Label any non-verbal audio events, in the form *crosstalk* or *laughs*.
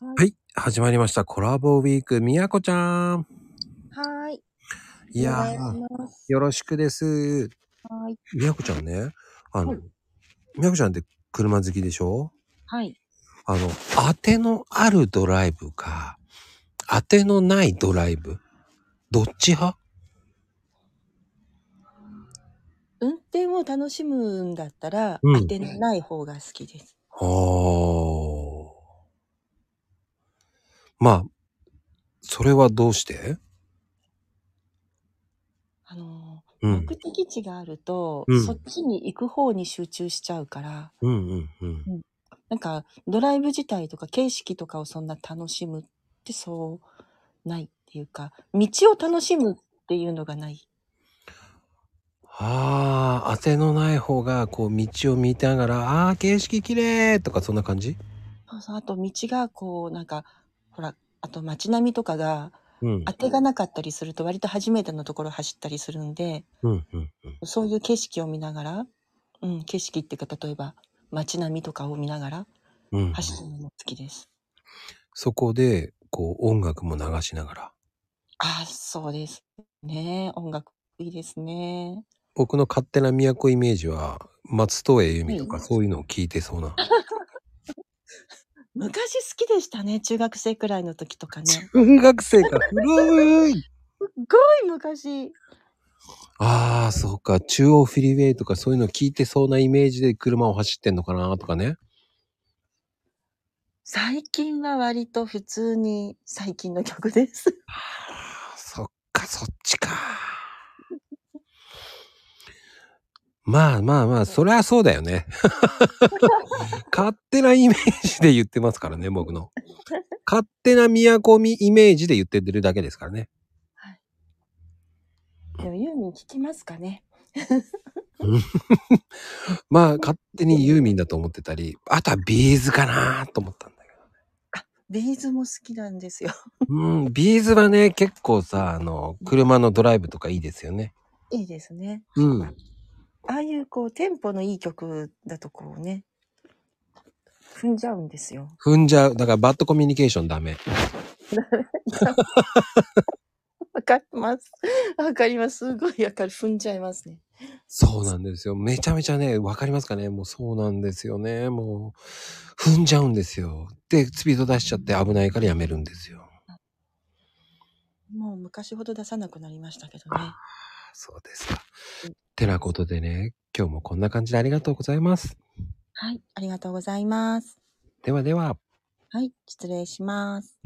ははい、始まりました。コラボウィーク、みやこちゃん。い。はーい。いやお願いー、しますよろしくです。はーい。みやこちゃんね、あの、はいみやこちゃんって車好きでしょはい。あの、当てのあるドライブか、当てのないドライブ、どっち派運転を楽しむんだったら、うん当てのない方が好きです。あー。まあ、それはどうしてあのー、うん目。的地があると、うんそっちに行く方に集中しちゃうから、うんうんうん。なんかドライブ自体とか景色とかをそんな楽しむってそうないっていうか、道を楽しむっていうのがない。ああ、当てのない方が、こう、道を見ながら、ああー、景色綺麗とか、そんな感じそうそう。あと道がこう、なんか、ほら、あと街並みとかがうん当。てがなかったりすると割と初めてのところ走ったりするんで、うん、うん、うん。そういう景色を見ながら、うん、景色っていうか、例えば街並みとかを見ながらうん。走るのも好きです。そこで、こう、音楽も流しながら。ああ、そうですね。音楽いいですね。僕の勝手な都イメージは、松任谷由実とうか、んそういうのを聞いてそうな。昔好きでしたね。中学生くらいの時とかね。す文学生か、古いごい昔。ああ、そうか。中央フリーウェイとか、そういうの聞いてそうなイメージで車を走ってんのかなとかね。最近は割と普通に最近の曲です。あそっか、そっちか。まあまあまあ、そりゃそうだよね。勝手なイメージで言ってますからね、僕の。勝手な都みイメージで言ってるだけですからね。 *laughs* でもユーミン聴きますかね。まあ、勝手にユーミンだと思ってたり、あとはビーズかなと思ったんだけビーズも好きなんですよ。ど。うん、ビーズはね、結構さ、あの、車のドライブとかいいですよね。いいですね。うん。ああいうこう、テンポのいい曲だとこうね、踏んじゃうんですよ。踏んじゃう。だからバッドコミュニケーションダメ。わかります。わかります。すごいわかる。踏んじゃいますね。そうなんですよ。めちゃめちゃね、わかりますかねもうそうなんですよね。もう、踏んじゃうんですよ。で、スピード出しちゃって危ないからやめるんですよ。もう昔ほど出さなくなりましたけどね。そうですか。てなことでね、今日もこんな感じでありがとうございます。はい。ありがとうございます。ではでは。はい。失礼します。